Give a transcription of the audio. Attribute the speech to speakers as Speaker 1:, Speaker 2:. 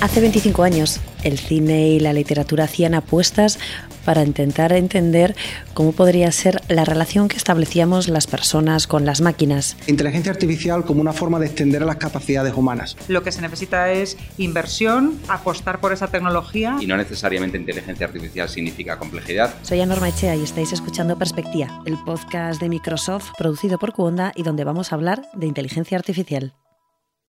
Speaker 1: Hace 25 años, el cine y la literatura hacían apuestas para intentar entender cómo podría ser la relación que establecíamos las personas con las máquinas.
Speaker 2: Inteligencia artificial como una forma de extender las capacidades humanas.
Speaker 3: Lo que se necesita es inversión, apostar por esa tecnología.
Speaker 4: Y no necesariamente inteligencia artificial significa complejidad.
Speaker 1: Soy Anorma Echea y estáis escuchando Perspectiva, el podcast de Microsoft producido por Cuonda y donde vamos a hablar de inteligencia artificial.